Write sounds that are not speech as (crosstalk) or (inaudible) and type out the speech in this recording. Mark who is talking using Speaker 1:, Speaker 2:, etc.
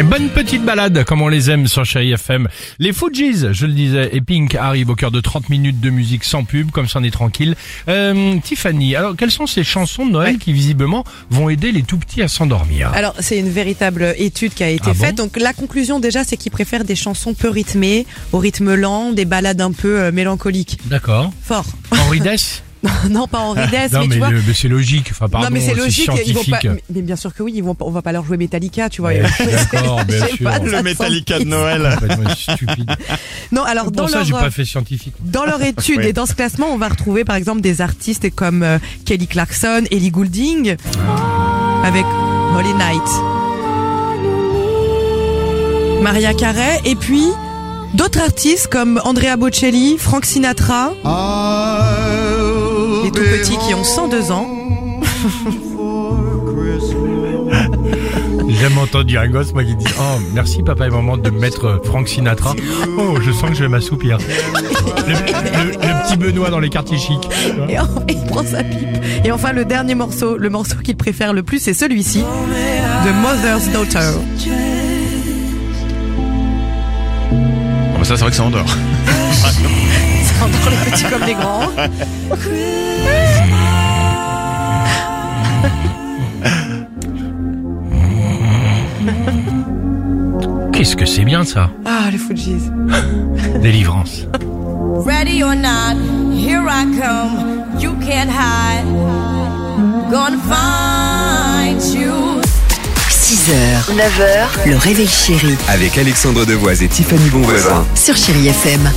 Speaker 1: Et bonne petite balade, comme on les aime sur Chéri FM. Les Fujis, je le disais, et Pink arrivent au cœur de 30 minutes de musique sans pub, comme ça on est tranquille. Euh, Tiffany, alors quelles sont ces chansons de Noël qui visiblement vont aider les tout petits à s'endormir
Speaker 2: Alors, c'est une véritable étude qui a été
Speaker 1: Ah bon
Speaker 2: faite. Donc, la conclusion déjà, c'est qu'ils préfèrent des chansons peu rythmées, au rythme lent, des balades un peu euh, mélancoliques.
Speaker 1: D'accord.
Speaker 2: Fort. (laughs)
Speaker 1: Henri Dess
Speaker 2: non, pas Henri Dess,
Speaker 1: Non
Speaker 2: mais, tu
Speaker 1: mais,
Speaker 2: vois.
Speaker 1: le- mais c'est logique, enfin pardon,
Speaker 2: non, mais c'est logique. Ils vont
Speaker 1: scientifique.
Speaker 2: pas, mais, mais bien sûr que oui, ils vont, pas- on va pas leur jouer Metallica, tu vois. (laughs)
Speaker 1: Ouais, je suis d'accord, bien
Speaker 2: J'ai
Speaker 1: sûr.
Speaker 2: pas de
Speaker 1: Le
Speaker 2: façon-
Speaker 3: Metallica de Noël.
Speaker 1: Complètement stupide.
Speaker 2: Non, alors, dans
Speaker 1: Pour ça,
Speaker 2: leur, euh,
Speaker 1: j'ai pas fait scientifique.
Speaker 2: dans leur étude
Speaker 3: Ouais.
Speaker 2: et dans ce classement, on va retrouver par exemple des artistes comme euh, Kelly Clarkson, Ellie Goulding, avec Molly Knight, Maria Carey, et puis d'autres artistes comme Andrea Bocelli, Frank Sinatra, les tout petits qui ont 102 ans.
Speaker 1: J'ai jamais entendu un gosse, moi, qui dit « Oh, merci papa et maman de me mettre euh, Frank Sinatra. Oh, je sens que je vais m'assoupir. » le, le- le petit Benoît dans les quartiers chics.
Speaker 2: Et en- il prend sa pipe. Et enfin, le dernier morceau, le morceau qu'il préfère le plus, c'est celui-ci, de Mother's Daughter. (laughs)
Speaker 3: Ah bah ça, c'est vrai que ça endort.
Speaker 2: C'est encore les petits comme les grands.
Speaker 1: Qu'est-ce que c'est bien, ça
Speaker 2: Ah, les Fujis.
Speaker 1: Délivrance.
Speaker 4: Ready or not, here I come. You can't hide. Gonna find you.
Speaker 5: 6h, 9h, le réveil chéri
Speaker 6: Avec Alexandre Devoise et Tiffany Bonvoisin.
Speaker 5: sur Chéri FM.